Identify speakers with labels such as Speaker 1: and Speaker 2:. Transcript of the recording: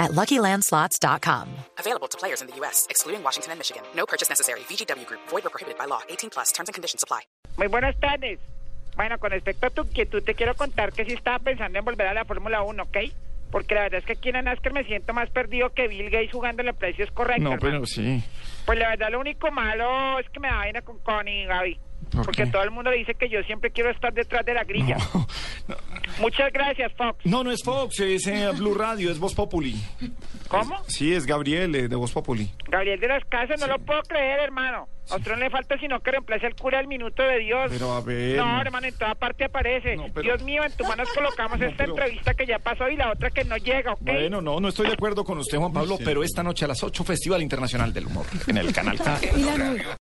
Speaker 1: at luckylandslots.com.
Speaker 2: Available to players in the U.S., excluding Washington and Michigan. No purchase necessary. VGW Group, void or prohibited by law. 18 plus terms and conditions apply.
Speaker 3: Muy buenas tardes. Bueno, con respecto a tu inquietud, te quiero contar que sí estaba pensando en volver a la Fórmula 1, ¿ok? Porque la verdad es que aquí en la NASCAR me siento más perdido que Bill Gates jugando en los precios correctos.
Speaker 4: No,
Speaker 3: hermano.
Speaker 4: pero sí.
Speaker 3: Pues la verdad, lo único malo es que me da vaina con Connie, Gaby.
Speaker 4: ¿Por
Speaker 3: porque
Speaker 4: qué?
Speaker 3: todo el mundo le dice que yo siempre quiero estar detrás de la grilla. Muchas gracias, Fox.
Speaker 4: No, no es Fox, es eh, Blue Radio, es Voz Populi.
Speaker 3: ¿Cómo?
Speaker 4: Sí, es Gabriel eh, de Voz Populi.
Speaker 3: Gabriel de las Casas, no lo puedo creer, hermano. A otro no le falta sino que reemplace al cura del minuto de Dios.
Speaker 4: Pero, a ver,
Speaker 3: No,
Speaker 4: no.
Speaker 3: hermano, en toda parte aparece.
Speaker 4: No, pero-
Speaker 3: Dios mío, en tus manos colocamos
Speaker 4: No,
Speaker 3: esta
Speaker 4: pero-
Speaker 3: entrevista que ya pasó y la otra que no llega, ¿ok?
Speaker 4: Bueno, no, no estoy de acuerdo con usted, Juan Pablo, pero esta noche a las 8, Festival Internacional del Humor, en el canal K.